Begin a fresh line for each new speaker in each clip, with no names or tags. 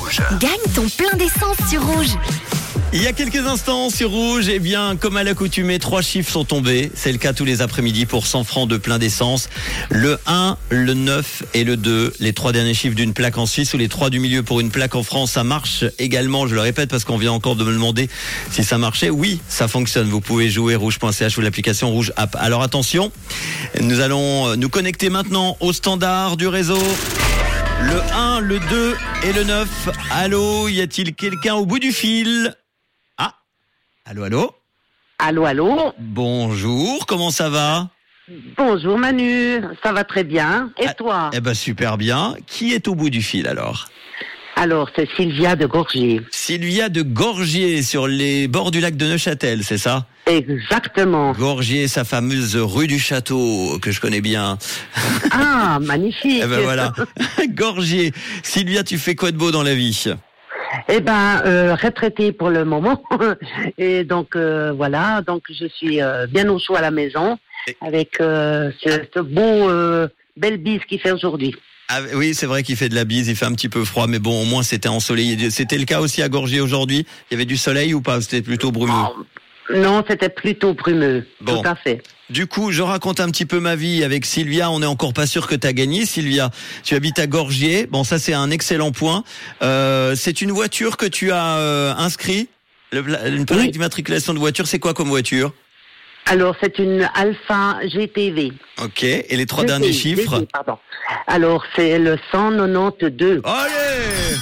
Rouge.
Gagne ton plein d'essence sur Rouge.
Il y a quelques instants sur Rouge, eh bien, comme à l'accoutumée, trois chiffres sont tombés. C'est le cas tous les après-midi pour 100 francs de plein d'essence. Le 1, le 9 et le 2. Les trois derniers chiffres d'une plaque en Suisse ou les trois du milieu pour une plaque en France. Ça marche également, je le répète, parce qu'on vient encore de me demander si ça marchait. Oui, ça fonctionne. Vous pouvez jouer rouge.ch ou l'application Rouge App. Alors attention, nous allons nous connecter maintenant au standard du réseau. Le 1, le 2 et le 9. Allô, y a-t-il quelqu'un au bout du fil Allô, allô
Allô, allô.
Bonjour, comment ça va
Bonjour Manu, ça va très bien. Et
Ah,
toi
Eh ben super bien. Qui est au bout du fil alors
Alors, c'est Sylvia de Gorgier.
Sylvia de Gorgier sur les bords du lac de Neuchâtel, c'est ça
Exactement.
Gorgier, sa fameuse rue du château que je connais bien.
Ah, magnifique.
Eh ben voilà. Gorgier, Sylvia, tu fais quoi de beau dans la vie
Eh ben, euh, retraitée pour le moment. Et donc, euh, voilà, donc je suis euh, bien au chaud à la maison
Et-
avec euh, ce, ce beau, euh, belle bise qu'il fait aujourd'hui.
Ah, Oui, c'est vrai qu'il fait de la bise, il fait un petit peu froid, mais bon, au moins c'était ensoleillé. C'était le cas aussi à Gorgier aujourd'hui Il y avait du soleil ou pas C'était plutôt brumeux
Non, c'était plutôt brumeux.
Hmm. Bon.
Tout à fait.
Du coup, je raconte un petit peu ma vie avec Sylvia. On n'est encore pas sûr que tu as gagné, Sylvia. Tu habites à Gorgier. Bon, ça, c'est un excellent point. Euh, c'est une voiture que tu as euh, inscrit. Le pla- une plaque
Oui.
d'immatriculation de voiture, c'est quoi comme voiture
Alors, c'est une Alpha GTV.
Ok. Et les trois
GTI,
derniers chiffres
GTI, pardon. Alors, c'est le 192.
Allez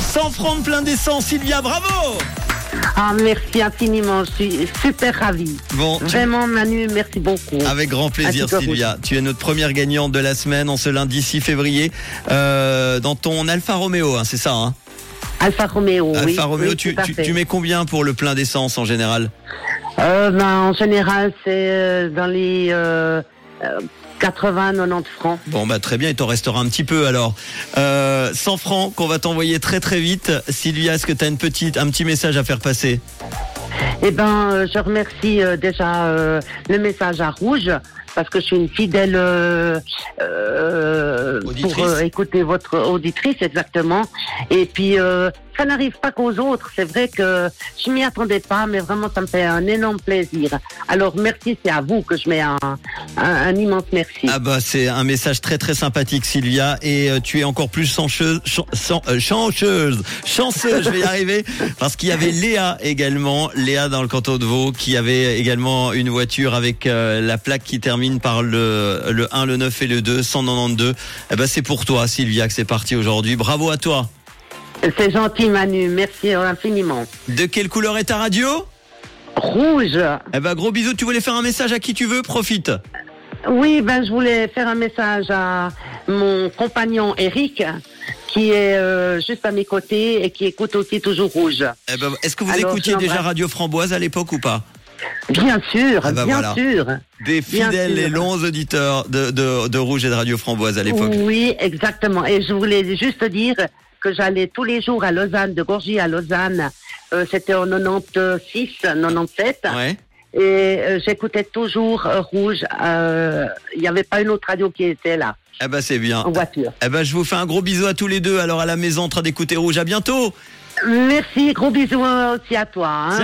100 francs de plein d'essence, Sylvia, bravo
Ah, merci infiniment, je suis super ravie.
Bon, tu-
Vraiment, Ah, Manu, merci beaucoup.
Avec grand plaisir,
À tout à
Sylvia. Tu es notre première gagnante de la semaine en ce lundi 6 février euh, dans ton Alfa Romeo, hein, c'est ça hein
Alpha Romeo, oui.
Alfa Romeo,
oui,
tu,
tout à
tu-
fait.
tu mets combien pour le plein d'essence en général
Euh, ben, en général, c'est euh, dans les 80-90 francs.
Bon, bah très bien, il t'en restera un petit peu alors. Euh, 100 francs qu'on va t'envoyer très très vite. Sylvia, est-ce que tu as une petite, un petit message à faire passer
Eh ben, euh, je remercie euh, déjà euh, le message à Rouge parce que je suis une fidèle euh, euh,
Auditrice.
pour euh, écouter votre auditrice exactement. Et puis euh, ça n'arrive pas qu'aux autres. C'est vrai que je m'y attendais pas, mais vraiment ça me fait un énorme plaisir. Alors merci, c'est à vous que je mets un, un- un immense merci.
Ah bah c'est un message très très sympathique Sylvia et euh, tu es encore plus chanceuse, chan- chan- euh, chanceuse, chanceuse, je vais y arriver parce qu'il y avait Léa également, Léa dans le canton de Vaud qui avait également une voiture avec euh, la plaque qui termine par le, le 1, le 9 et le 2, 192. Eh ben c'est pour toi Sylvia que c'est parti aujourd'hui, bravo à toi.
C'est gentil Manu, merci infiniment.
De quelle couleur est ta radio
Rouge,
Eh ben gros bisous, tu voulais faire un message à qui tu veux, profite.
Oui, ben je voulais faire un message à mon compagnon Eric, qui est euh, juste à mes côtés et qui écoute aussi toujours Rouge.
Eh ben, est-ce que vous
Alors,
écoutiez
je
déjà
l'embrasse.
Radio Framboise à l'époque ou pas
Bien sûr,
Ah ben
bien
voilà.
sûr.
Des
Bien
fidèles
sûr.
et longs auditeurs de, de, de Rouge et de Radio Framboise à l'époque.
Oui, exactement. Et je voulais juste dire que j'allais tous les jours à Lausanne, de Gorgie à Lausanne. Euh, C'était en 96, 97.
Ouais.
Et euh, j'écoutais toujours euh, Rouge. Euh, Il n'y avait pas une autre radio qui était là,
Eh ben c'est bien.
en voiture.
Eh ben je vous fais un gros bisou à tous les deux. Alors à la maison en train d'écouter Rouge. À bientôt.
Merci, gros bisous aussi à toi. hein.
Ciao.